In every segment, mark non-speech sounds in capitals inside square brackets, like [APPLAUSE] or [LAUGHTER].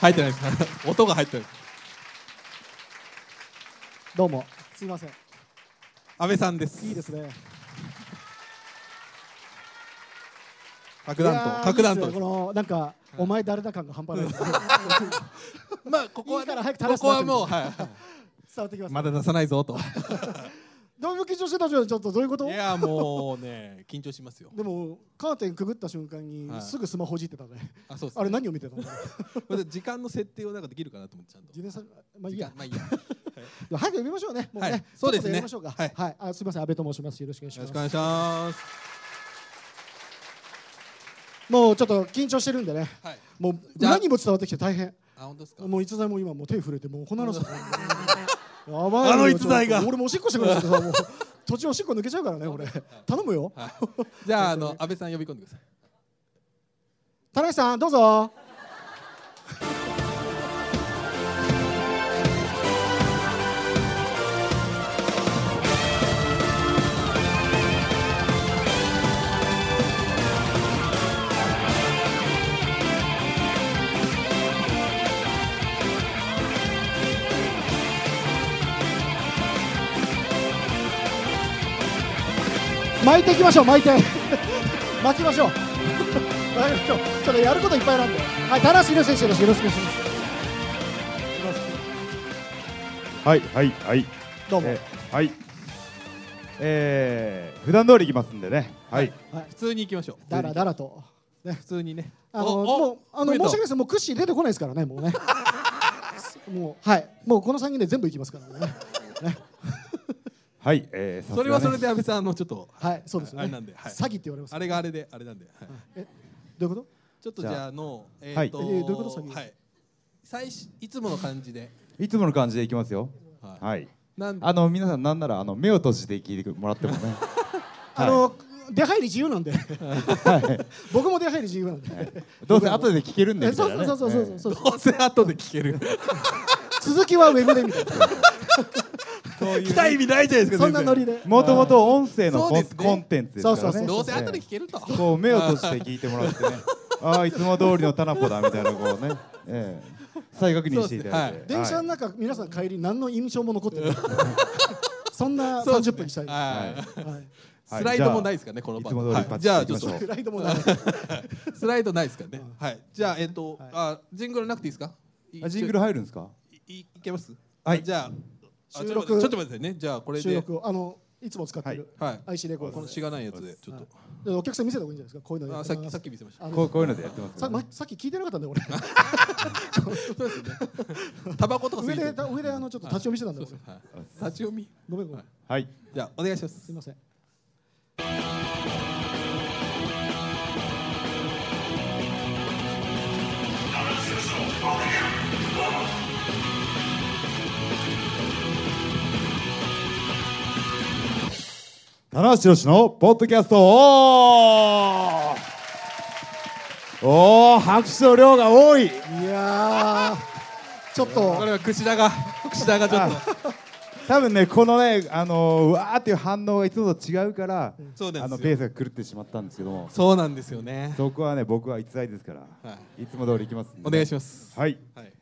入ってないです音が入ってないどうもすいません安倍さんですいいですね核弾いや頭ー核弾いいですね頭このなんかお前誰だ感が半端ない [LAUGHS] ですねまあここはいいから早く垂こらしてこはもうはい伝わってきますまだ出さないぞとどうも緊張してたじゃんちょっとどういうこといやもうね緊張しますよでもカーテンくぐった瞬間にはいすぐスマホいじってたね、あそうですあれ何を見てたのこれで時間の設定をなんかできるかなと思ってちゃんと自転車まあいい時間やまあいいやよ早く読みましょうねもうね、はいそうですねちょっとやりましょうかはいあすいません阿部と申しますよろしくお願いしろましすくお願いしますもうちょっと緊張してるんでねはいもうじゃあ裏にも伝わってきて大変あ本当ですかもう逸材も今もう手震えてもうほならさやばいよあの逸材がちょっと俺もうおしっこしてくるんですけどもう途中おしっこ抜けちゃうからね俺頼むよはいじゃああの安倍さん呼び込んでください田中さんどうぞ巻いていきましょう巻いて [LAUGHS] 巻きましょうわかりましょうちょっとやることいっぱいなんではい田中宏選手ですよろしくお願いしますはいはいはい。どうも、えーはい。えー、普段通り行きますんでね。はい。普通に行きましょうだらだらとね普通にねあのおおもうあの増え申した訳ないですもうクッシー出てこないですからねも [LAUGHS] うねもうはいもうこの3人で全部いきますからねねはい。えー、さすがねそれはそれで安倍さんのちょっとはいそうですよねあれなんではい詐欺って言われますあれがあれであれなんではいどういうこちょっとじじゃあゃあのえはーいとえーどういうこと先はい最しいつもの感じでいつもの感じで行きますよ。はいはい。なんあの皆さんなんならあの目を閉じて聞いてもらっても [LAUGHS] ね。とあの出入り自由なんでは [LAUGHS] 僕も出入り自由なんでい。どうせ後で聞けるんでえみたそいうそうなね。そうそうそうそうどうせ後で聞ける続きはウェブでみたいなそういう来た意味ないじゃないですかそんな [LAUGHS] 全ノ然リでもともと音声のコン,、そうですねコンテンツですからね。そうそうそうどうせ後で聞けるとこう目を閉じて聞いても [LAUGHS] らってね。ああいつも通りのタナポだみたいなこうね。えー、再確認していただいて。そう電車のはい中皆さん帰り何の印象も [LAUGHS] 残ってないそんなそうです30ね分にしたいですはいはいスライドもないですかねこの番いつも通りパッチじゃあいきちょまっしとプょうライドもないスライドないですからねはいじゃあえっといあジングルなくていいですかいあジングル入るんですか。いいいけますはいじゃああ収録ちょっと待ってちょっと待ってくださいねじゃあこれ収で録をあのいつも使ってるはい IC レコードこのしがないやつでちょっとでお客さん見せた方がいいんじゃないですかこういうのあやさてっきますさっき見せましたあのこうこういうのでやってますからさね、まさっき聞いてなかったんだよ俺そうですね [LAUGHS] タバコとか吸上いてでるた上であのちょっと立ち読みしてたんだよそう俺そうはい立ち読みごめんごめんはい。じゃあお願いしますすいません棚橋宏のポッドキャストおーおー拍手の量が多いいやーちょっことれは櫛田が櫛田がちょっと多分ねこのねあのーうわーっていう反応がいつもと違うからそうなあんでのすよペースが狂ってしまったんですけどもそうなんですよねそこはね僕は逸材ですから、、はいつも通り行きますんでね、お願いしますはいはい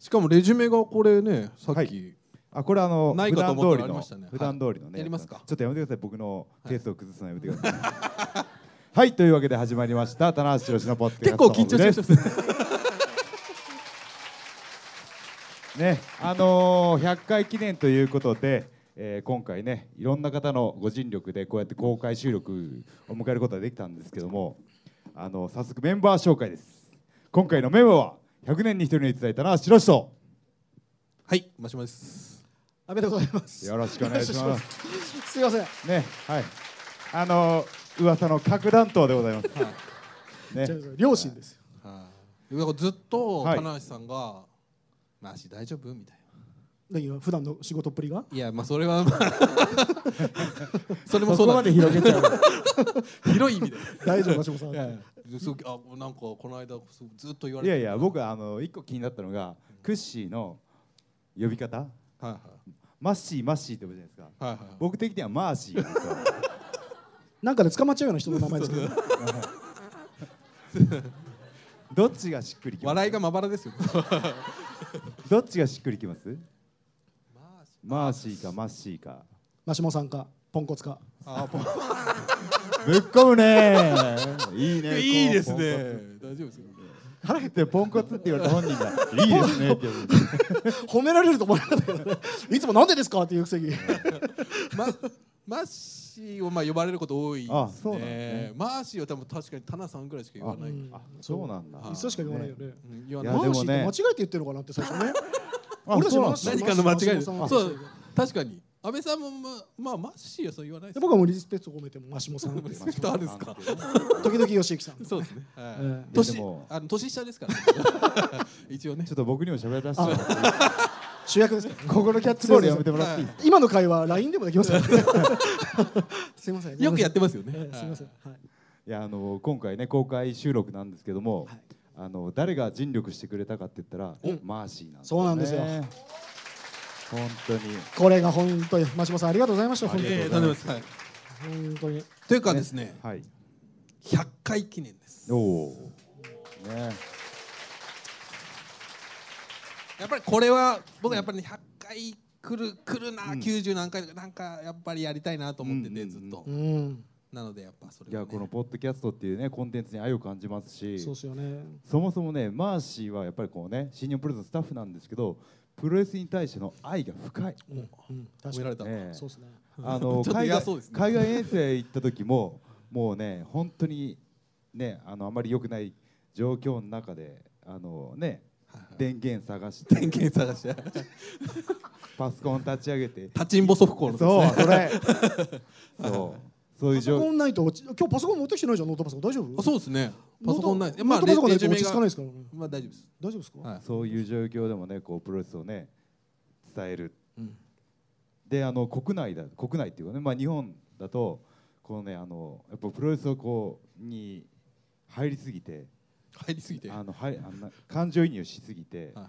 しかもレジュメがこれねさっはきいあこれあのない普かと段思っ通たらりありまのしたね普段通りのね、はいやりますかちょっとやめてください僕のペースを崩すのやめてくださいはい、というわけで始まりました棚橋宏のポッドキャ結ス構ト緊張してまですしたねね、あのー、100回記念ということで、えー今回ねいろんな方のご尽力でこうやって公開収録を迎えることができたんですけども、あの早速メンバー紹介です今回のメンバーは100年に一人にいただいたのは白石とはいマシュマシです阿部でございますよろしくお願いします [LAUGHS] すいませんねはいあのー、噂の核弾頭でございます、ねじゃあ両親ですよはいだからずっとはい棚橋さんが「マシ大丈夫?」みたいな何が普段の仕事っぷりがいやまあそれはま [LAUGHS] あそれも [LAUGHS] そそうこなまんでです広げちゃう広い意味で大丈 [LAUGHS] 夫橋本さんですごいあなんかこの間そうずっと言わいれてやいや僕はあの一個気になったのがクッシーの呼び方はいマッシーマッシーって呼ぶじゃないですかはいはいはい僕的にはマーシーなんですよなんかで捕まっちゃうような人の名前ですけど、どっちがしっくりきます笑いがまばらですよどっちがしっくりきますマーシーかマッシーかマシモさんか、ポンコツか。あポンぶっ込むねいい [LAUGHS] ねいいですこうポンコね大丈夫ですよツ腹減ってポンコツって言われた本人がいいですねって言われて褒められると思わなかったけどね、 [LAUGHS] いつもなんでですかっていうくせに。まマッシーをまあ呼ばれること多いですねあそうなんですねマーシーは多分確かにタナさんぐらいしか言わない、うんあそうなんだはい一緒しか言わないよね。うん言わいないやマでーもシーってね間違えて言ってるのかなって最初ね。あ俺たちそうなんマだシ何かの間違いですマシモさんそう確かに安倍さんもままあマッシーはそう言わないですで僕はもうリスペクト込めてもマシモさんってリスペクトあるんですか時々吉行さんそうですね、はいええ年でもあの年下ですから、ね、一応ねちょっと僕にも喋り出してもらっていい主役ですからねここのキャッチボールやめてもらっていい今の会話 LINE でもできますからねすいませんよくやってますよねええすいませんはいいやあの今回ね公開収録なんですけども、はいあの誰が尽力してくれたかって言ったら、マーシーなんですそうなんですよ本当にこれが本当にマシモさんありがとうございました本い当やいにやとんでもないですはい本当にというかですねはい100回記念ですおおねやっぱりこれは僕はやっぱりね100回来る来るな、90何回とかなんかやっぱりやりたいなと思ってて、うんずっと、うんなのでやっぱそれいやはね、このポッドキャストっていうねコンテンツに愛を感じますしそうそですよねもそもねマーシーはやっぱりこうね新日本プロレスのスタッフなんですけどプロレスに対しての愛が深い、うんうん褒確めからにれたわ、ねそうですねあ [LAUGHS] のちょっと海嫌外そうですね海外遠征行った時ももうね本当にねあのあまり良くない状況の中であのね電源探して電源探してパソコン立ち上げて立ちんぼソフコのですそうねそ [LAUGHS] れそうそういうパソコ状ンないと落ち今日パソコン持ってきてないじゃんノートパソコン大丈あ夫そうですねパソコンないノートノートパソコンないとレ落ちジュ着メかないですからねまあ大丈夫です、大丈夫ですかはいそういう状況でもねこうプロレスをね伝えるうんであの国内だ国内っていうかねまあ日本だとこのねあのやっぱプロレスをこうに入りすぎて入りすぎてあのはいあんな感情移入しすぎはていはい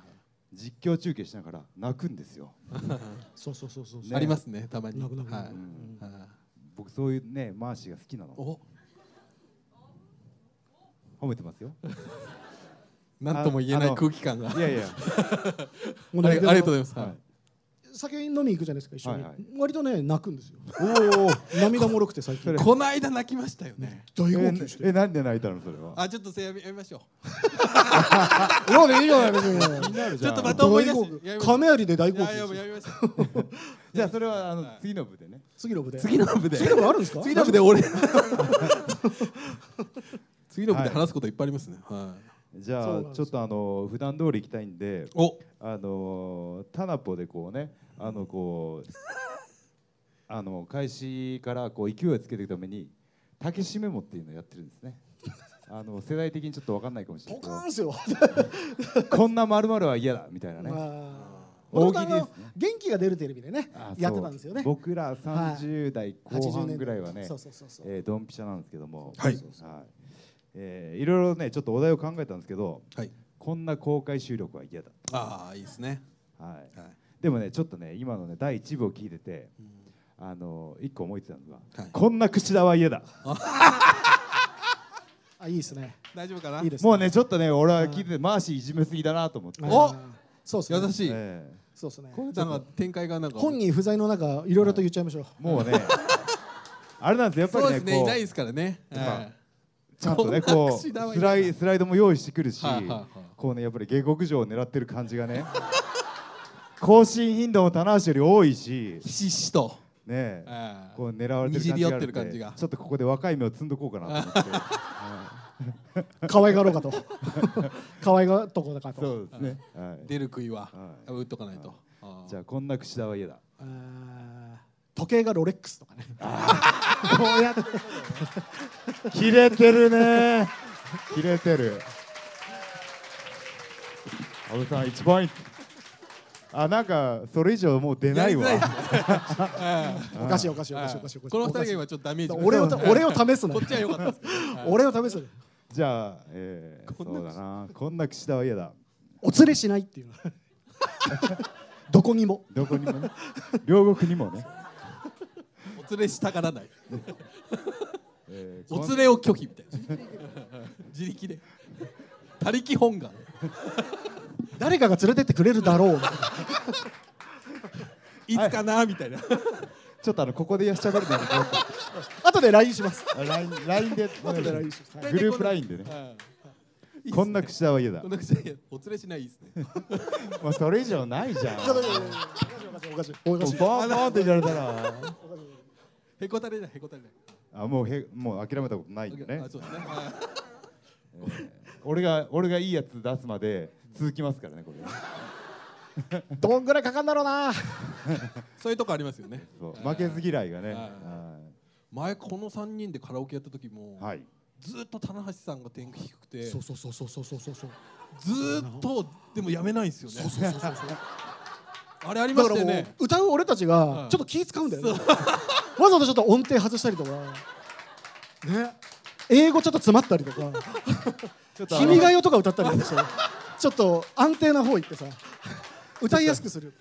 実況中継しながら泣くんですよ。そうそうそうそうねありますねたまになくなくはいうんはい僕そういうねマーシーが好きなのお褒めてます [LAUGHS] よ。なんとも言えああないの空気感がい [LAUGHS] やいやもうあねれありがとうございます。はいはい酒飲み行くじゃないですか一緒にはいはい割とね泣くんですよおお [LAUGHS] 涙もろくて最そ近れこの間泣きましたよね。大号泣してええなんで泣いたのそれは。あ、ちょっとせやめやめましょなんでいいじゃない別気にになるじちょゃんっとまた思い出す大号亀有で大う。号いやいや泣ですやめよましょう。じゃあそれはあのはい次の部でね。次の部で次の部で。次の部あるんです [LAUGHS] か次の部で俺。次の部で話すこといっぱいありますね。はい。じゃそうなあんですちょっとあの普段通り行きたいんで、お、あのタナポでこうねあのこう [LAUGHS] あの開始からこう勢いをつけていくために竹締メモっていうのをやってるんですね。あの世代的にちょっとわかんないかもしれポないけカどーンっすよこんなまるまるは嫌だみたいなね。大大喜喜利利でですす元気が出るテレビでねあそうやってたんですよね僕ら三十代後80半年ぐらいはね、そうそうそうそうえードンピシャなんですけども、はいはい、えーいろいろねちょっとお題を考えたんですけど、はい。こんな公開収録は嫌だ。ああ、いいですね。はい。はい。でもねちょっとね今のね第一部を聞いてて、あの一個思いついたのが、はいこんな口田は嫌だ。あいいですね大丈夫かないい。ですねもうねちょっとね俺は聞いててマーシーいじめすぎだなと思って。おあーそうですね優しい。えそうですねこれなんか展開がなんか。本人不在の中いろいろと言っちゃいましょうえもう [LAUGHS] ねあれなんですよやっぱそうでりすねね。いこないうですからね。はいちゃんとねこんなこ口田はう嫌スだライスライドも用意してくるし、はいはいはいこうねやっぱり下克上を狙ってる感じがね更新頻度も棚橋より多いしひしひしと。ねえはいこう狙われてる感じがあるんでにじり寄ってる感じがちょっとここで若い目を積んどこうかなと思って [LAUGHS] 可愛がろうかと可愛がっとこうかそとうですね、はい、出る杭はは。いやっぱ打っとかないと。あーじゃあこんな口田は嫌だあー時計がロレックスとかね [LAUGHS] こうやって切れてるね切れてる安倍さん1ポイントあなんかそれ以上もう出ないわやりづらですねおかしいおかしいおはかいしいおかしいおかしいこの二人が今ちょっとダメージ。俺をた俺を試すなこっちは良かったですけど。俺を試すなじゃあ、えー、そうだなこんな口田は嫌だお連れしないっていうのどこにもどこにもね両国にもね、お連れしたがら [LAUGHS] ないえーお連れを拒否みたいな自力で他力本願誰かが連れてってくれるだろういつかなみたいなちょっとあのここでやしゃべるのやめて後で LINE [LAUGHS] しますあラインラインで後で LINE しますグループラインでねねこんな口だは嫌だこん。な口でお連れしないいいですねまあそれ以上ないじゃん。ちょっとちょっとちょっとおかしいおかしいおかしいバンバンって言われたら。へこたれないへこたれないあもうへもう諦めたことないんだねあ。そうですねは俺が俺がいいやつ出すまで続きますからねこれ。 [LAUGHS] どんぐらいかかんだろうないそういうとこありますよねそう負けず嫌いがね。はい前この3人でカラオケやった時も、はい。ずーっと棚橋さんが天気低くてずそうそうそうそうそうそうそうそうーっとでもやめないんですよそうねそうそうそうそうあれありまだしかたらよもねう歌う俺たちがちょっと気使うんだよね、わざわざちょっと音程外したりとかね英語ちょっと詰まったりとかちょ「っとあの君が代」とか歌ったりとかしてちょっと安定な方行ってさ歌いやすくする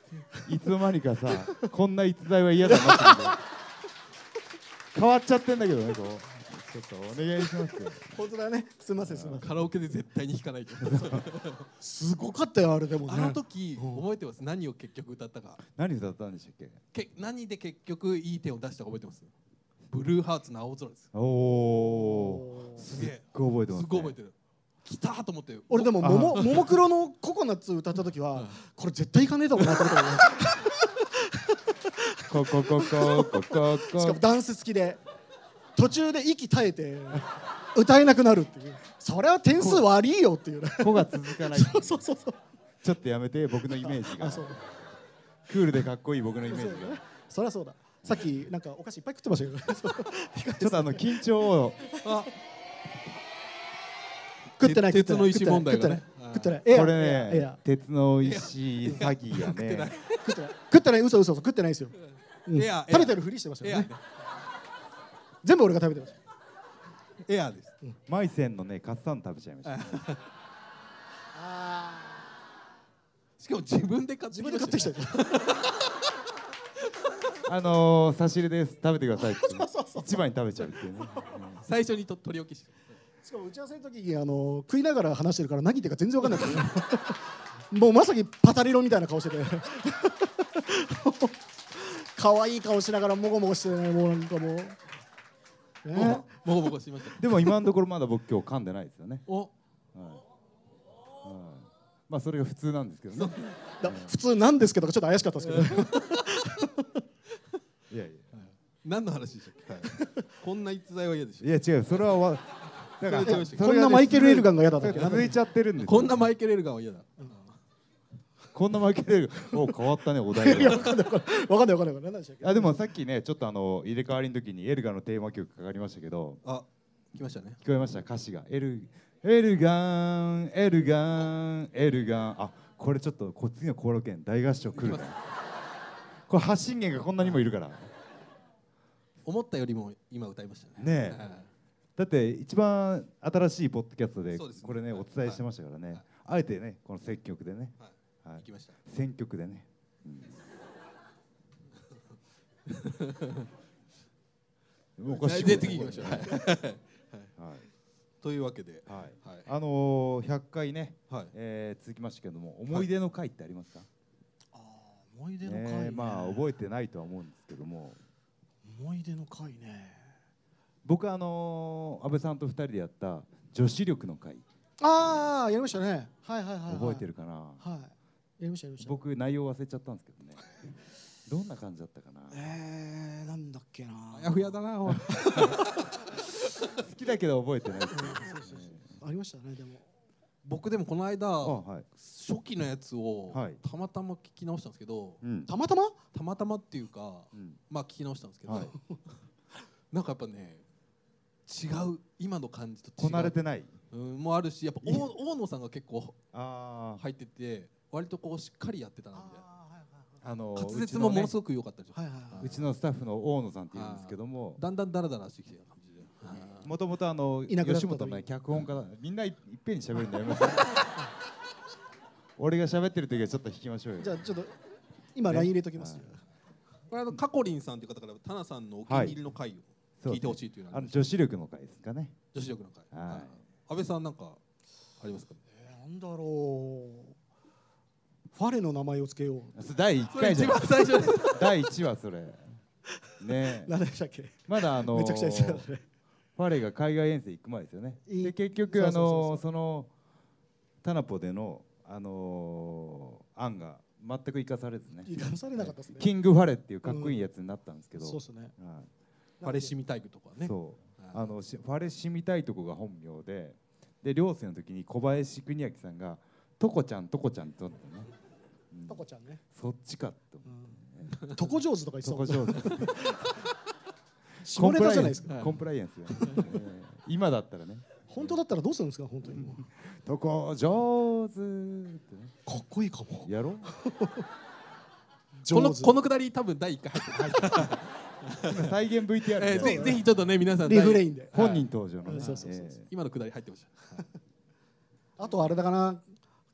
いつの間にかさこんな逸材は嫌だなってんだよ。変わっちゃってんだけどねこう。ちょっとお願いしますよ。本当だねすみませんすみませんカラオケで絶対に弾かないとすごかったよあれでもあねの時覚えてます何を結局歌ったか何だったんでしたっけ。け何で結局いい点を出したか覚えてますブルーハーツの青空ですおおー。すげえすっごい覚えてますす、ね。ごい覚えてる来たーと思って俺でもあももももクロのココナッツ歌った時はこれ絶対いかねえだろうなと思ったよねこここここここ。しかもダンス付きで途中で息絶えて歌えなくなるっていうそれは点数悪いよっていうね子が続かない。そうそうそうそうちょっとやめて僕のイメージがあそうクールでかっこいい僕のイメージがそりゃそうださっきなんかお菓子いっぱい食ってまし [LAUGHS] たけどちょっとあの緊張をあ食ってない食って鉄ないの石問題がね食ってない食ってないエアこれエアエねア鉄の美味しい詐欺がね食ってない食ってない嘘嘘嘘食ってないですよ、うんエア食べてるふりしてましたエよアねね全部俺が食べてましたエアですマイセンのねカツサンド食べちゃいましたしかも自分で買って自分で買ってきたよあのー差し入れです食べてくださいって一番に食べちゃうっていうね最初にと取り置きしてしかも打ち合わせの時にあの食いながら話してるから何言ってるか全然わかんないからねもうまさにパタリロみたいな顔してて可愛い顔しながらもごもごしてねもうなんかもうねもごもごしましたでも今のところまだ僕今日噛んでないですよねおまあそれが普通なんですけどねだ普通なんですけどちょっと怪しかったですけど、ね、いやい何の話でしょこんな逸材は嫌でしやいや違うそれはわだからそれは違うそれがねこんなマイケル・エルガンが嫌だったっけ続いちゃってるんでょすこんなマイケルエルガンは嫌だこんなマイケルエルガンお変わったねお題がわかんないわかんないわかんない何でしたっけあでもさっきねちょっとあの入れ替わりの時にエルガのテーマ曲かかりましたけどあ来ましたね聞こえました歌詞がエルエルガンエルガンエルガンあこれちょっとこ次のコロケン大合唱来るねこれ発信源がこんなにもいるから思ったよりも今歌いましたねねえだって一番新しいポッドキャストでそうですねこれねはいお伝えしてましたからねあえてねこの選曲でねは行いきました選曲でねうん [LAUGHS] もうおかしいで次行きましょうはいはいというわけではい、はいあのー、100回ね、はいえー続きましたけども思い出の回ってありますか、思い出のね回ねえまあ覚えてないとは思うんですけども思い出の回ね僕あのー、安倍さんと2人でやった女子力の回ああやりましたねはいはいはい、はい、覚えてるかな、はいやりましたやりました僕内容忘れちゃったんですけどねどんな感じだったかなえー、なんだっけなあやふやだなおい好きだけど覚えてないっていう [LAUGHS] ありましたねでも僕でもこの間あはい、初期のやつをはいたまたま聞き直したんですけどうんたまたまたまたまっていうかうんまあ聞き直したんですけど、はい [LAUGHS] なんかやっぱね違う今の感じと違こうなれてないうんもあるしやっぱいい大大野さんが結構あー入ってて割とこうしっかりやってたなみたいあのーな滑舌もものすうごく良かったりとか、はいはいはちのねうちのスタッフの大野さんっていうんですけどもだんだんダラダラしてきてる感じで、あーもともとあのいなくなった吉本のね脚本家だみんないいっぺんに喋 [LAUGHS] るんだよ。俺が喋ってる時はちょっと引きましょうよい。じゃあちょっと今 LINE 入れときます、ね、これあのカコリンさんという方からタナさんのお気に入りの回を聞いてほしいというのあは、の女子力の回ですかね。女子力の回。はいはい安倍さんなんかありますか。なんだろうファレの名前をつけようあそれ第一それ回一じゃない番最初です。第一話それ。ねえ。何でしたっけまだあのめちゃくちゃ言ってたねパレが海外遠征行く前ですよね。いで結そ局うそうあそうそうのそのタナポでのあの案が全く生かされずね。いかされなかったですねキングファレっていうかっこいいやつになったんですけど。そうですねはいパレシミタイプとかね。そうはいあのしファレシみたいとこが本名でで寮生の時に小林邦明さんが「トコちゃんトコちゃん」とってねトコちゃんね、そっちかって思うん、トコ上手とか言ってたもうんそ下こ上手ネタじゃないですかかコンプライアンスコンプライアンスよ、えー今だったらね本当だったらどうするんですか本当にもう「トコ上手」ってねかっこいいかもやろうこの上手このくだり多分第一回入ってる。今再現 VTR えーぜでぜひちょっとね皆さんリフレインで本人登場のうねんそうそうそうそうえー今のくだり入ってました。あとあれだかな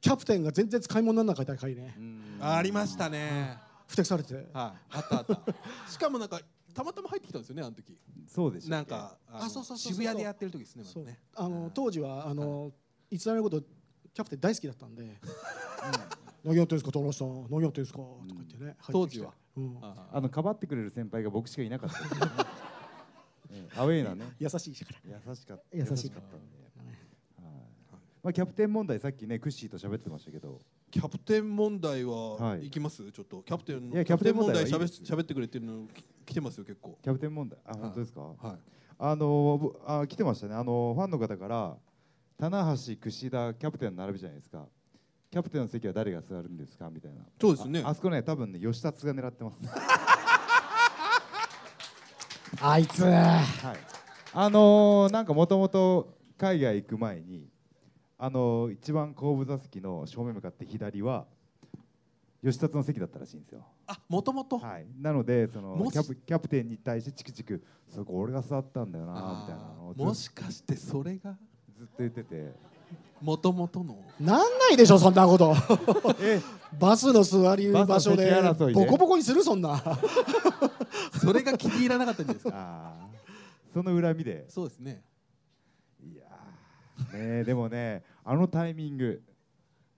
キャプテンが全然使い物にならなかった回ねうんありましたね。不適されてはい。あったあ [LAUGHS] った。しかもなんかたまたま入ってきたんですよねあの時。そうでしたなっんけかああのそうそうそうそう渋谷でやってる時ですね。まそだうね。あの当時はあのいつだのことキャプテン大好きだったんで「何やってんすか殿さん何やってんすか」とか言ってね当時は、入ってきてうんああのかばってくれる先輩が僕しかいなか [LAUGHS] ったですよねえーアウェーなね優しいしから優しかった優しいったんで、はいまあ、キャプテン問題さっきねクッシーと喋ってましたけどキャプテン問題ははいいきます、ちょっとキャプテンいやキャプテン問題はいいキャプテン問題ですしゃべってくれてるのき来てますよ結構キャプテン問題あ本当ですか、はいあのぶあ来てましたねあのファンの方から棚橋櫛田キャプテンの並びじゃないですかキャプテンの席は誰が座るんですかみたいなそうですねああそこね多分ね吉達が狙ってます [LAUGHS] あいつはいあのーなんかもともと海外行く前にあのー一番後部座席の正面向かって左は吉達の席だったらしいんですよあもともとはい、なのでそのもしキャプキャプテンに対してチクチクそこ俺が座ったんだよなみたいなのをずもしかしてそれがずっと言っててもともとのなんないでしょそんなことえバスの座り場所でバスの席争いでボコボコにするそんなそれが気に入らなかったんじゃないですか [LAUGHS] あーその恨みでそうですねいやーねでもねあのタイミング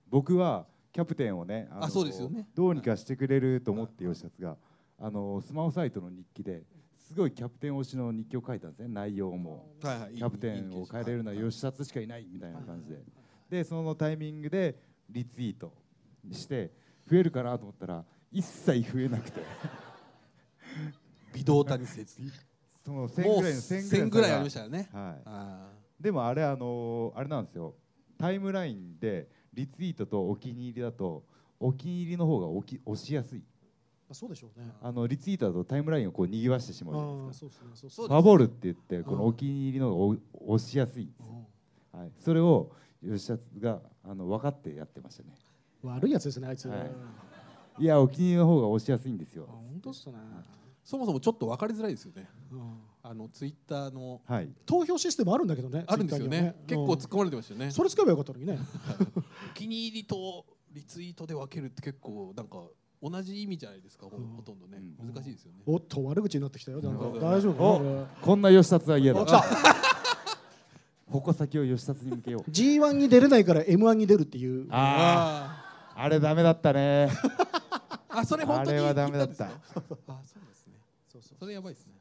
僕はキャプテンをねのあそうですよねどうにかしてくれると思って吉達があのスマホサイトの日記ですごいキャプテン推しの日記を書いたんですね内容も。はいはいキャプテンを変えれるのは吉達しかいないみたいな感じで、でそのタイミングでリツイートして増えるかなと思ったら一切増えなくて微動だにせ [LAUGHS] ずその1000もぐうらいの、1000ぐらいありましたたよねはい、あでもあれあのーあれなんですよタイムラインでリツイートとお気に入りだとお気に入りの方がおき押しやすいそうでしょうねあのリツイートだとタイムラインをこう賑わしてしまうじゃないあであすそかうですねそうそそううですファボルって言ってこうのんお気に入りの方がお押しやすいんですよはい、それを吉田があの分かってやってましたね。悪いやつですねあいつはいあいや、お気に入りの方が押しやすいんですよ。本当っすねーそもそもちょっと分かりづらいですよねうんあのツイッターのはい。投票システムあるんだけどねあるんですよねツ結構イッターには突っ込まれてましたようねんそれ使えばよかったのにねお気に入りとリツイートで分けるって結構なんか同じ意味じゃないですかほうんほとんどねうん難しいですよねおっと悪口になってきたよなんかなるほど大丈夫かなおこれこんな吉田は嫌おだ。来た矛先を吉田に向 [LAUGHS] けよう。 G1 に出れないから M1 に出るっていうあああ、あれダメだったね。ーあそれ本あ当にれはダメだっ言たんで。すかあそうですねそうそうそれやばいですね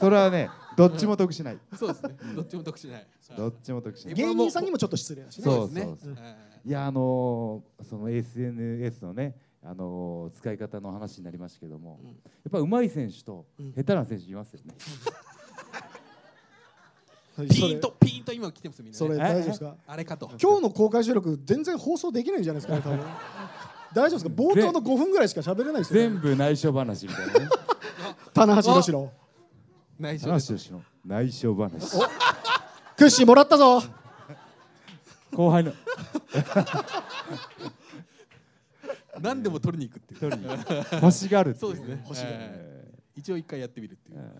それはね、どっちも得しない。そうですねどっちも得しないどっちも得しない。芸人さんにもちょっと失礼だしねそうですねそうそうはいいや、あのーその SNS のね、あのー使い方の話になりましたけども、やっぱ上手い選手と下手な選手いますよね。はいそれピンとピンと今来てますみんなねそれ大丈夫ですかあれかと今日の公開収録全然放送できないんじゃないですかね多分大丈夫ですか冒頭の5分ぐらいしか喋れないですよ全ね部内緒話みたい [LAUGHS] なね。棚橋宏郎内緒棚で橋由伸内緒話。クッシーもらったぞ後輩の何でも取りに行くっていう欲しがるっていそううですねえー一応一回やってみるっていう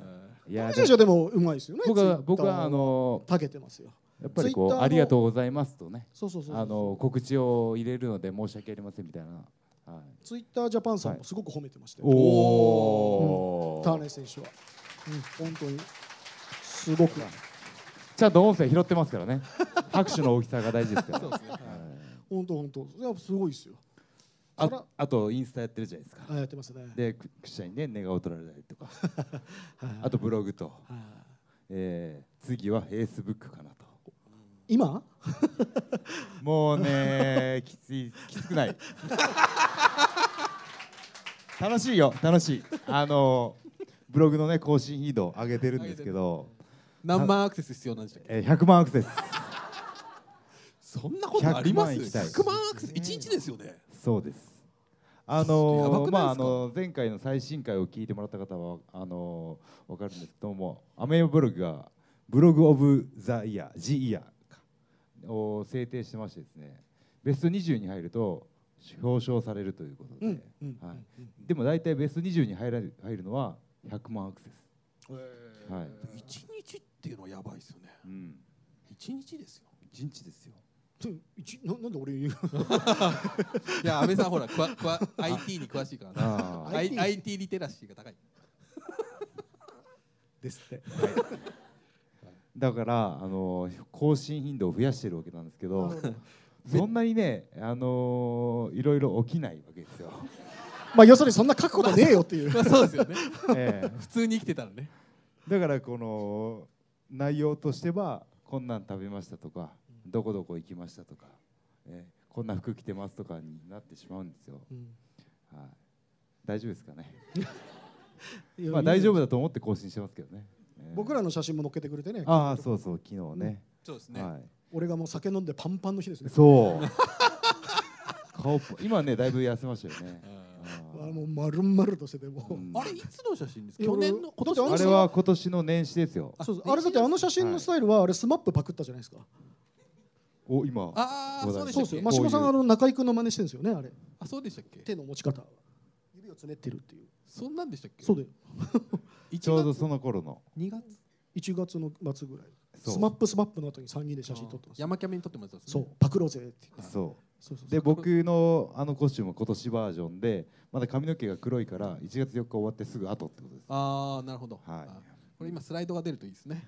いやクッシーででしょでもうまいですよね僕は Twitter 僕はあのたけてますよやっぱりこ Twitter うのありがとうございますとねそうそうそうそうあの告知を入れるので申し訳ありませんみたいなはい、ツイッタージャパンさんもすごく褒めてましたよ、おおターネ選手は、うん、本当にすごくちゃんと音声拾ってますからね [LAUGHS] 拍手の大きさが大事ですからそうですね。本当本当いやすごいですよああとインスタやってるじゃないですかあやってますねでくくしゃにね寝顔取られたりとかあとブログと、えー次はフェイスブックかなと今もうねきついきつくない楽しいよ楽しいあのブログのね更新頻度上げてるんですけど、何万アクセス必要なんでしたっけえー100万アクセスそんなことあります100万行きたい ?100 万アクセス一日ですよね。そうです。あやばのくないですかまああの前回の最新回を聞いてもらった方はあのわかるんですけども、アメブログがブログオブザイヤー、ジイヤーを制定してましてですね、ベスト20に入ると表彰されるということで、うんうんはい。でも大体ベスト20に入ら入るのは100万アクセス。はい。一日っていうのはやばいですよね。うん。一日ですよ。一日ですよ。うん一ななんで俺言ういや、安倍さんほら、くわくわ IT に詳しいからな。あ I- IT IT リテラシーが高い。です [LAUGHS] ってだからあの更新頻度を増やしてるわけなんですけどなるほど。そんなにね、あのーいろいろ起きないわけですよ。まあ要するにそんな書くことねえよっていうまあそうですよね。 [LAUGHS] ええ普通に生きてたらね。だからこの内容としてはこんなん食べましたとか、どこどこ行きましたとか、ええこんな服着てますとかになってしまうんですよ。はい、大丈夫ですかね。まあ大丈夫だと思って更新してますけどね。ええ僕らの写真も載っけてくれてねああそうそう昨日ね。そうですね。は俺がもう酒飲んでパンパンの日ですい。ねそう。顔ぽ今ねだいぶ痩せましたよね。あああもう丸々としててもう、うんあれ、いつの写真ですいかや去年の、今年だのあってれは今年の年始ですよ。そうそうあれだってあの写真のスタイルはあれスマップパクったじゃないですか、お今。ああ、そうでしそたうっそうけマシモさんこあうの中居君の真似してるんですよねあれあ、そうでしたっけ手の持ち方指をつねってるっていうそんなんでしたっけそうだよ1ちょうどその頃の。 2月1月の末ぐらいそうスマップスマップの後に3人で写真撮ってます山キャメに撮ってもらったんですそねうパクろうぜって言ってそそうそううそでう僕のあのコスチュームは今年バージョンでまだ髪の毛が黒いから1月4日終わってすぐ後ってことです。ああ、なるほど。はいあこれ今スライドが出るといいですね。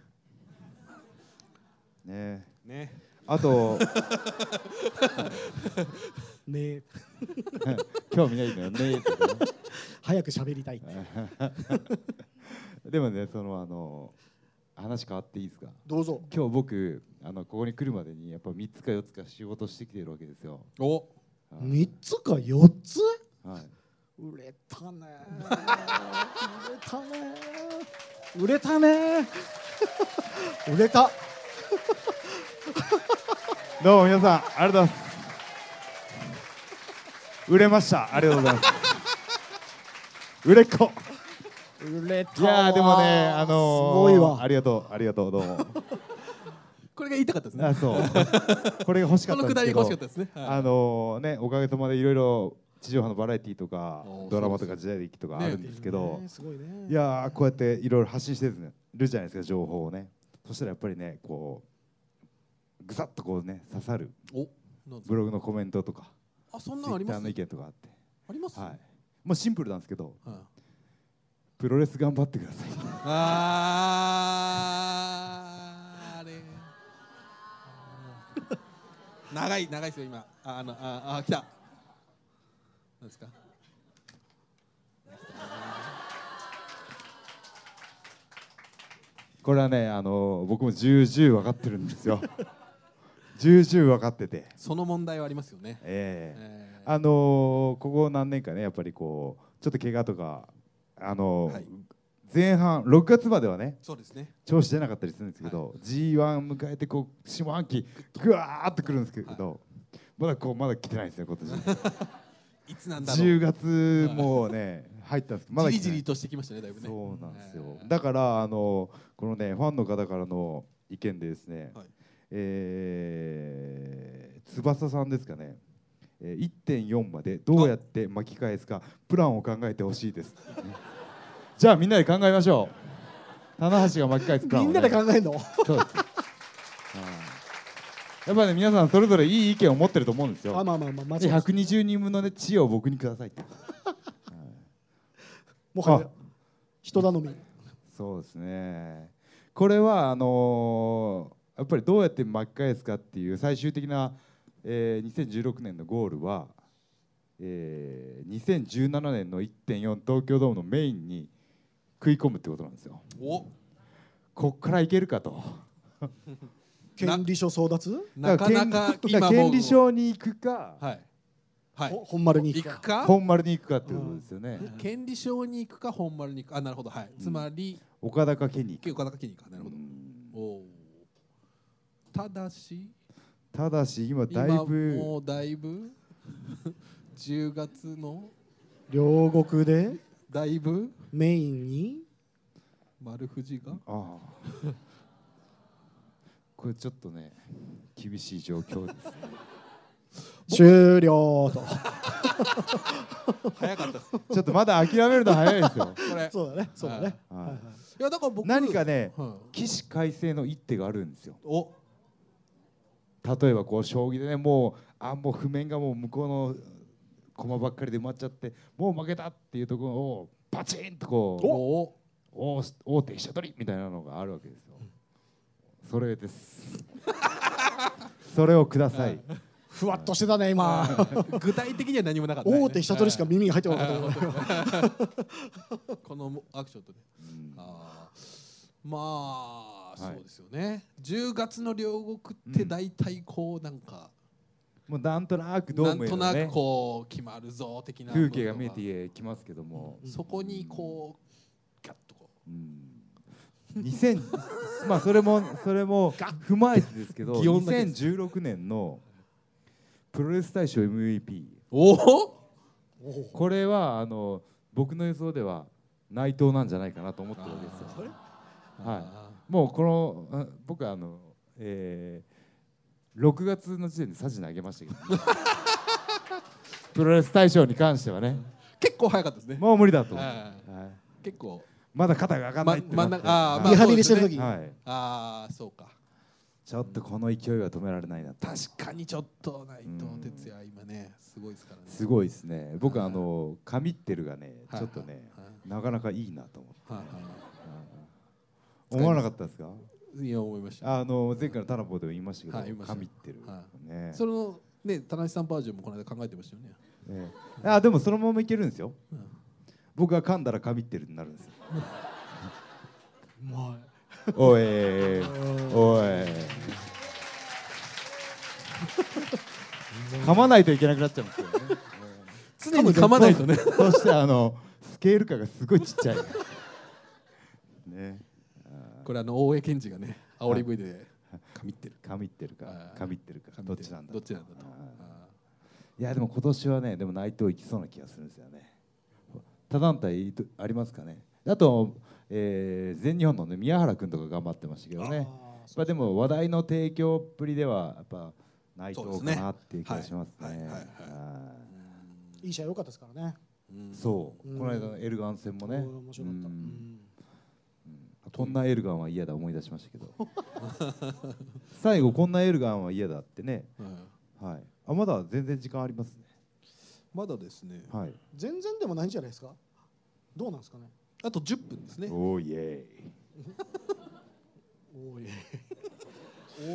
ねね。あとねえ興味ないのよねとかね早く喋りたいってでもねそのあの話変わっていいですかどうぞ今日僕あのここに来るまでにやっぱ3つか4つか仕事してきてるわけですよ。おはい3つか4つはい売れたね売れたね売れたね売れたどうも皆さんありがとうございます売れましたありがとうございます売れっ子売れたいやーでもねあのーすごいわありがとうありがとうどうもこれが言いたかったですね [LAUGHS] あ。そうこれが欲しかこっのたんくでだすりが欲しかけどったですね。はいあのーねおかげさまでいろいろ地上波のバラエティーとかおードラマとそうかで時代劇とかねあるんですけど、ねすごいねいやーこうやっていろいろ発信してるじゃないですか情報をねそしたらやっぱりねこうぐさっとこうね刺さるお、なんですブかログのコメントとかあ、そんツイなのありッタまーすの意見とかあってありますはい。もうシンプルなんですけど、うんプロレス頑張ってください。あーあれ長い長いですよ今ああのああ来た何ですかこれはね、あの僕も重々分かってるんで [LAUGHS] すよ。重々分かってて、その問題はありますよね、えええーあのここ何年かね、やっぱりこうちょっと怪我とかあの、はい前半6月まではね。そうですね調子出なかったりするんですけど、G1 迎えてこう下半期ぐわーっとくるんですけど、まだこうまだ来てないんですよ今 [LAUGHS] 年いつなんだろう10月もうね入ったんですけどまだじりじ来てないりとしてきましたねだいぶねそうなんですよえ。ーだからあのこのねファンの方からの意見でですね、はいえー翼さんですかね。えー1.4までどうやって巻き返すかプランを考えてほし [LAUGHS] いです。じゃあみんなで考えましょう。棚橋が巻き返すプランみをね、んなで考えんのそうです。はいやっぱね皆さんそれぞれいい意見を持ってると思うんですよあまあまあまあまずで120人分のね知恵を僕にくださいってもはや人頼みそうですねこれはあのーやっぱりどうやって巻き返すかっていう最終的な、えー2016年のゴールは、えー2017年の1.4東京ドームのメインに食い込むってことなんですよおこっからいけるかと権利書争奪なかなかだら今権利も権利書に行くか、はいはいほ本丸に行行くくかか本丸に行くかっていうことですよね、権利証に行くか本丸に行くかあなるほどはい、つまり岡田かケニー結構かなきに行くかなるほど、おーただしただし今だ今いぶもうだいぶ [LAUGHS] 10月の両国でだいぶメインに丸藤がああ [LAUGHS] これちょっとね厳しい状 [LAUGHS] 況です終了と早かったですこちょっとまだ諦めるの早いで [LAUGHS] すよ、れ [LAUGHS] そうだねそうだねはいいやだから僕何かねはい起死回生の一手があるんですよお例えばこう将棋でねもうあもう譜面がもう向こうの駒ばっかりで埋まっちゃってもう負けたっていうところをパチンとこうお王王手飛車取りみたいなのがあるわけですよ。そ [LAUGHS] れです。それをください。ふわっとしてたね今具体的には何もなかったね、大手飛車取りしか耳に入ってこなかったからこのアクションとね、あーまあ、はいそうですよね10月の両国って大体こうなんか、もうなんとなくドなーんムへとのなくねこう決まるぞ的な風景が見えいてきますけども、そこにこうキャッとこうん、2000ま [LAUGHS] あそれもそれも踏まえてですけど、擬音だけで2016年のプロレス大賞 MVP うおおこれはあの僕の予想では内藤なんじゃないかなと思ってるんですよ。はい。もうこのあ僕はあの、えー、6月の時点でサジ投げましたけ [LAUGHS] ど、ね、プロレス大賞に関してはね結構早かったですね、もう無理だと、ははいい、結構まだ肩が上がらないってなって、ま真ん中あーまリハビリしてるそうで時すはい、ああそうかちょっとこの勢いは止められないなと確かにちょっと内藤哲也今ねすごいですからねすごいですね僕はいあのカミッテルがねはいちょっとねはなかなかいいなと思ってはいは思わなかったですかいいや思いましたあの前回のタナポでも言いましたけど、はい言いましたカミッテル、はねそのね田中さんバージョンもこの間考えてましたよねええ、あでもそのままいけるんですよ、うん僕が噛んだら噛みってるになるんですようまいおいおい噛まないといけなくなっちゃうんですよね常に噛まないとねそそしてあのスケール感がすごいちっ [LAUGHS] ちゃいねこれあの大江健二がね煽り V で神ってる噛みってるかあー噛みってるか神どっってるちなんだどっちなんだとああーいやでも今年はねでも内藤いきそうな気がするんですよね他団体いとありますかねあと、えー全日本のね宮原君とか頑張ってましたけどねあまあ、でも話題の提供っぷりではやっぱ内そうで藤すねかなっていう気がしますね。はいはいはいはいはいーいい試合良かったですからねーそう、うんこの間のエルガン戦もね、うん面白かったううんんこんなエルガンは嫌だ思い出しましたけど [LAUGHS] 最後こんなエルガンは嫌だってね、うんうんはい、あまだ全然時間ありますね、まだですねはい、全然でもないんじゃないですかどうなんですかねあと10分ですねおーイエおーい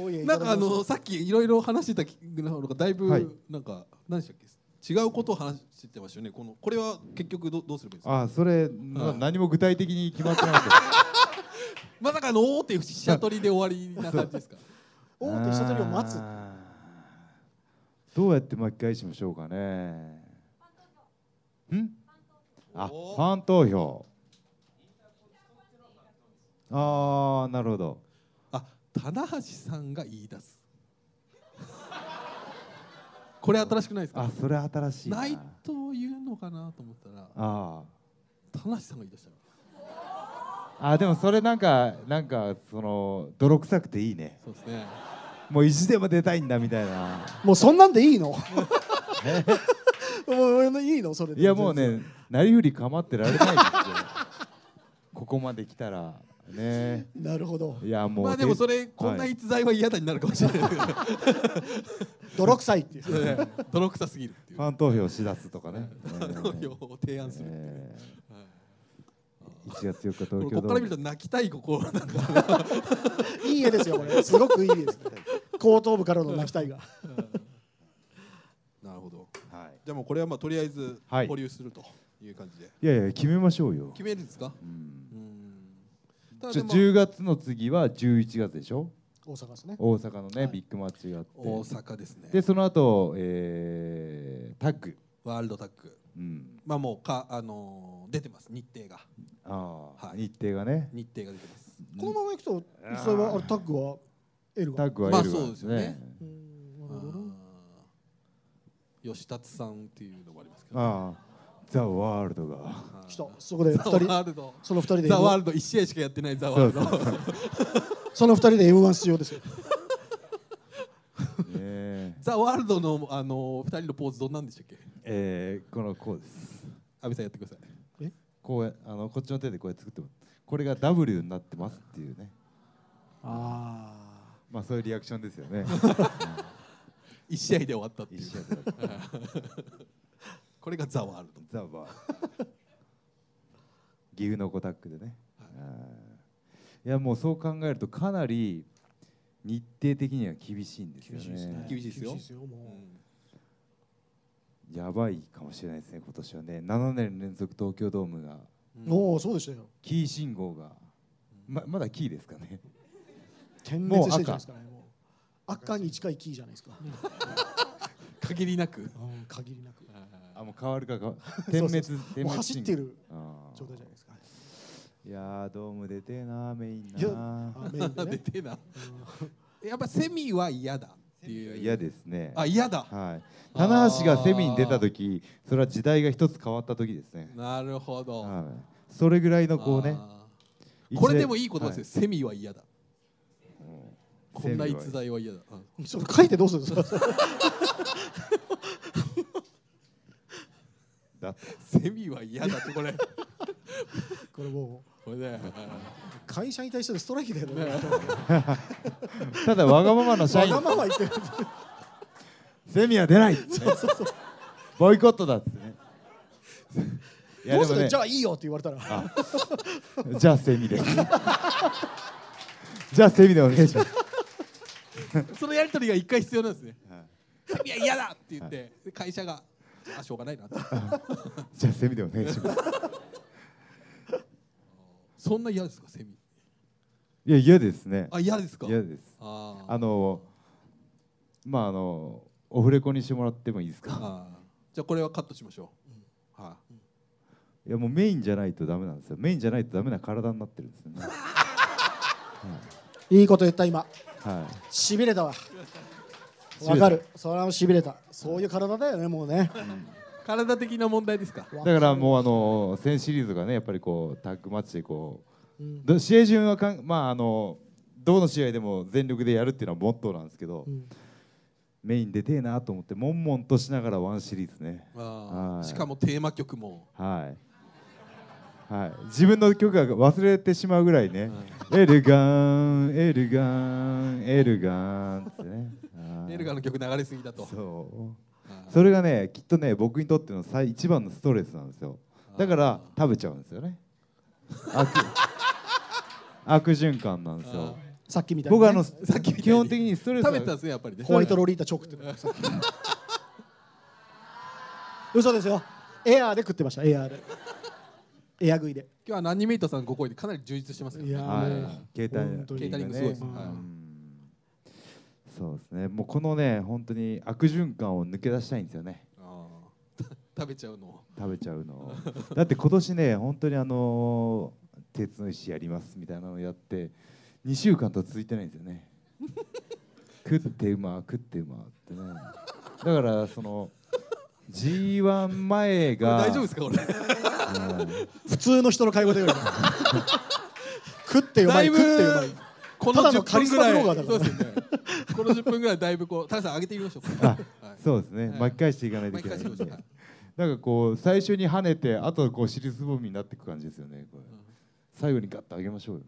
おーいなんかあいただきまのすさっきいろいろ話してたのがだいぶはいなんか何でしたっけ違うことを話してましたよねこのこれは結局どどうすればいいんですかあそれ、な何も具体的に決まってないけど [LAUGHS] まさかの大手飛車取りで終わりな感じですか大手飛車取りを待つあーどうやって巻き返しましょうかねんあフおーァン投票ああなるほどあ棚橋さんが言い出すこれ新しくないですかあそれ新しいな内藤言うのかなと思ったらあ棚橋さんが言い出したのーあでもそれなんかなんかその泥臭くていいねそうですねもう意地でも出たいんだみたいなもうそんなんでいいのもういいのそれで [LAUGHS] いやもうねなりふり構ってられないですよここまで来たらねなるほどいやもうまあでもそれはいこんな逸材は嫌だになるかもしれないけど [LAUGHS] 泥臭いっていう泥臭すぎるっていうファン投票しだすと [LAUGHS] かね。投票を提案する。えー1月4日東京これここから見ると泣きたい心なんかいい絵ですよこれすごくいいですね後頭部からの泣きたいがなるほどはい、じゃあもうこれはまあとりあえずはい保留するという感じで、いやいや決めましょうよ。決めるんですかうんうんただでじゃあも10月の次は11月でしょ。大阪ですね大阪のね、はいビッグマッチがあって。大阪ですねでその後、えー、タッグ。ワールドタッグうん。まあもうかあのー出てます日程がああ、はい日程がね。日程が出てますこのままいくとそれはあれタッグは L タがッグはまあ L がそうですよねうんなあるほどねー吉達さんっていうのもありますけどああ、ザワールドが。はい来たそこで二ザ・ワ人ールドその二人でザ・ワー M1 ルド1試合しかやってないザ・ワールそドその二人で M1 出場ですよねえザ・ワールドのあの2人のポーズどんなんでしたっけえー、このこうです。阿部さんやってくださいこうやあのこっちの手でこうやって作ってもこれが W になってますっていうね。あまあそういうリアクションですよね。 1試合で終わったってい一う緒だったこれがザ・ワールドザバー。岐阜の五タックでね。いやもうそう考えるとかなり日程的には厳しいんですよ厳しいですねね。厳しいですよ厳しいですよもやばいかもしれないですね今年はね。7年連続東京ドームがうおおそうでしたよキー信号がままだキーですかね。点滅してるじゃないですかねもう赤に近いキーじゃないですか限りなくうん限りなくあもう変わるか変わ点そう滅そう点滅信も号う走ってるあー状態じゃないですかいやードーム出てえなメインいやなあメインで出ねてえなやっぱセミは嫌だっていう嫌ですね。あ嫌だはい、棚橋がセミに出た時それは時代が一つ変わった時ですね、なるほどはい、それぐらいのこうねあーこれでもいい言葉とですよ、セミは嫌だこんな逸はい材は嫌だうんそれ書いてどうするん [LAUGHS] ですかだっセミは嫌だって [LAUGHS] これこれもうこれね会社に対してのストライキだよねただわがままな社わ員がまま言ってるセミは出ないボイコットだっつってね [LAUGHS] いやどうですもるねじゃあいいよって言われたらあじゃあセミでじゃあセミでお願いしますそのやり取りが一回必要なんですねセミは嫌だって言ってで会社があしょうがないなってじゃあセミでお願いしますそんな嫌ですかセミいや嫌ですねあ嫌ですか嫌ですあーあのまああのオフレコにしてもらってもいいですかあーじゃあこれはカットしましょう、はいやもうメインじゃないとダメなんですよメインじゃないとダメな体になってるんですよねいいこと言った今はしびれたわたわかるそれはしびれたそういう体だよねもうねい、体的な問題ですかいだからもうあの先シリーズがねやっぱりこうタッグマッチでこう、うんど試合順はかんまああのどの試合でも全力でやるっていうのはモットーなんですけど、うんメイン出てえなと思って悶々としながらワンシリーズねあはーいしかもテーマ曲もはいはい自分の曲が忘れてしまうぐらいね、エルガンエルガンエルガンってねはいエルガの曲流れすぎだとそうそれがねきっとね僕にとっての最一番のストレスなんですよだから食べちゃうんですよね [LAUGHS] 悪悪循環なんですよさっきみたいに僕ねはあの基本的にストレス食べてたんがですねやっぱりねホワイトロリータチョークっての [LAUGHS] がさっき嘘ですよエアーで食ってましたエアーでエア食いで今日はナニメイトさんご声でかなり充実してますよいやーねはい携帯本当にケータリングすごいですねうんはいそうですねもうこのね本当に悪循環を抜け出したいんですよねあ [LAUGHS] ー食べちゃうのを食べちゃうのをだって今年ね本当にあのー鉄の石やりますみたいなのをやって2週間と続いてないんです [LAUGHS] よね食ってうま食ってうまってねだからその G1 前これが大丈夫ですかこれ普通の人の会話だ [LAUGHS] よりも食ってうまだいい食ぶってうまいこたのだの10カリ分スぐマらブロいガーだかそらうですよねこの10分ぐらいだいぶこうタラさん上げてみましょうかあはいそうですね、はい巻き返していかないと毎いけな回いそうでんすでねなんかこう最初に跳ねてあとはこう尻すぼみになっていく感じですよねこれ、最後にガッと上げましょうよ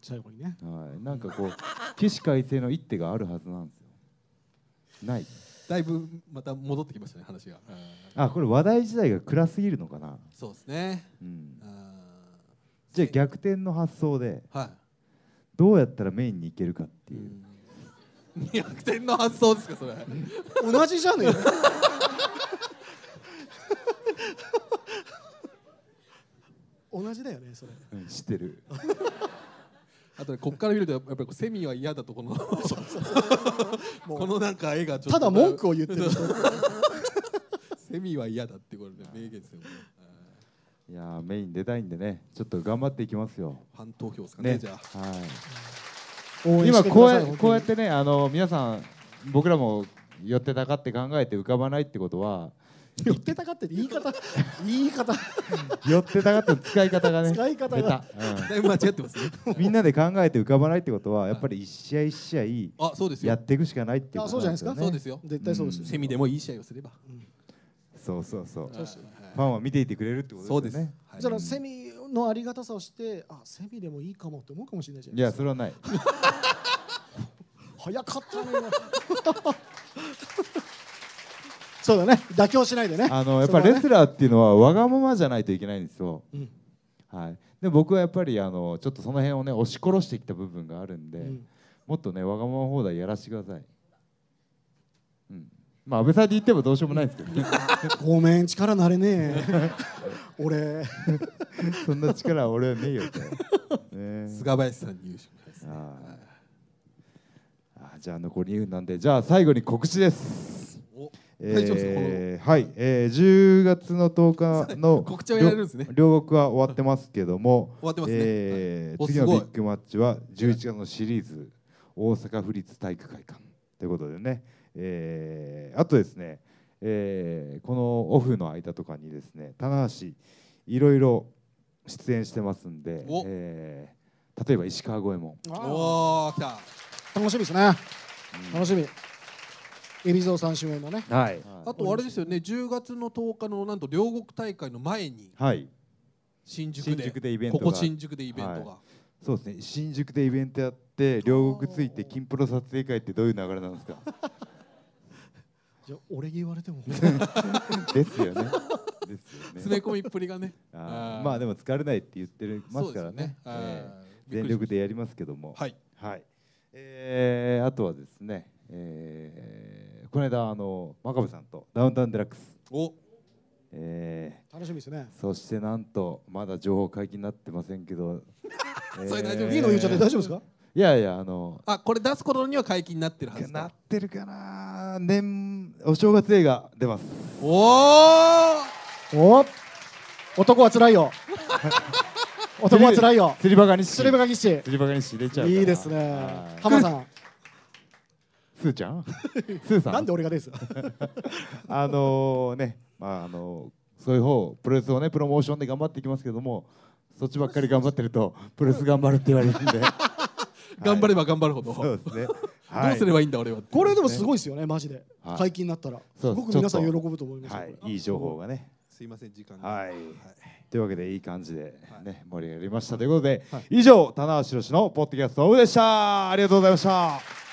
最後にねはい、なんかこう起死回生の一手があるはずなんですよ。ない。だいぶまた戻ってきましたね話が、うんあ、これ話題自体が暗すぎるのかな。そうですね、うんう。んじゃあ逆転の発想ではどうやったらメインに行けるかっていいう。うん逆転の発想ですかそれ同じじゃねえよ同じだよねそれうん、知ってる。あとねこっから見るとやっぱりこうセミは嫌だとこのもうこのなんか絵がちょっとただ文句を言ってる人セミは嫌だってこれね名言ですよねいやーメイン出たいんでね、ちょっと頑張っていきますよ。ファン投票ですかねね。じゃあはい。応援し今てこくうださいやこうやってね、あの皆さん僕らも寄ってたかって考えて浮かばないってことは、 [LAUGHS] 言ってたかって言い方言い [LAUGHS] 方寄ってたかって使い方がね、使い方が下手うんだいぶ間違ってますねみんなで考えて浮かばないってことはやっぱり一試合一試あそうです合やよっていくしかないっていうあこそとうじゃななんいでですすかよね。そうですよ絶対そうですよセミでもいい試合をすればそうそうそう。そうですよファンは見ていてくれるっそてこうとでですすよね。はいそのセミのありがたさを知ってあセミでもいいかもって思うかもしれないじゃいないやですそかれはない。早かったね [LAUGHS] 今そうだね妥協しないでねあのやっぱりレスルラーっていうのはわがままじゃないといけないんですよ。うんはい。で僕はやっぱりあのちょっとその辺をね押し殺してきた部分があるんで、んもっとねわがまま放題やらしてください。うん。まあ安倍さんに言ってもどうしようもないんですけど、ね、ごめん力なれね [LAUGHS] え俺そんな力は俺はねえよみたいな。ね。菅林さんに優勝ですあーあーじゃあ残り2分なんでじゃあ最後に告知です。お大丈夫でえー、はい、えー、10月の10 [LAUGHS] 日の告知をやられるんですね両両国は終わってますけども終わってますねえーはいお次のすビごいッグマッチは11月のシリーズ大阪府立体育会館ということでね、えー、あとですね、えー、このオフの間とかにですね棚橋いろいろ出演してますんで、おえー、例えば石川五右衛門か楽おお来たしみですね楽しみ海老蔵さん主演のねはいあとあれですよね10月の10日のなんと両国大会の前にはい新宿で新宿でイベントがここ新宿でイベントが、はそうですね新宿でイベントやって両国ついて金プロ撮影会ってどういう流れなんで [LAUGHS] すかじゃあ俺に言われてもですよねですよね詰め込みっぷりがねあーーまあでも疲れないって言ってまそうすからですよねねあえーー全力でやりますけどもはいはいえーあとはですね、えーこの間あの真壁さんとダウンタウンデラックス、おえ楽しみですねーそしてなんとまだ情報解禁になってませんけど、 [LAUGHS] それ大丈夫いいの言っちゃって大丈夫ですかいやいやあのあこれ出す頃には解禁になってるはずなだってるかな年お正月映画出ますおおお男はつらい [LAUGHS] よ男はつらいよ釣りバカにしスレブガキシ釣りバカにし出ちゃうからいいですねはい浜さんスーち [LAUGHS] ゃんスーさんなんで俺がですあのねまああのそういう方プロレスをねプロモーションで頑張っていきますけどもそっちばっかり頑張ってるとプロレス頑張るって言われるんで頑張れば頑張るほど、そうですねどうすれいばいいんだ俺はってこれでもすごいですよねマジではい解禁になったらすそうごく皆さんちょ喜っとぶと思いますよはこいれいい情報がねすいません時間がはいというわけでいい感じでね、盛り上がりましたということで、はい以上棚橋宏のポッドキャストオフでしたありがとうございました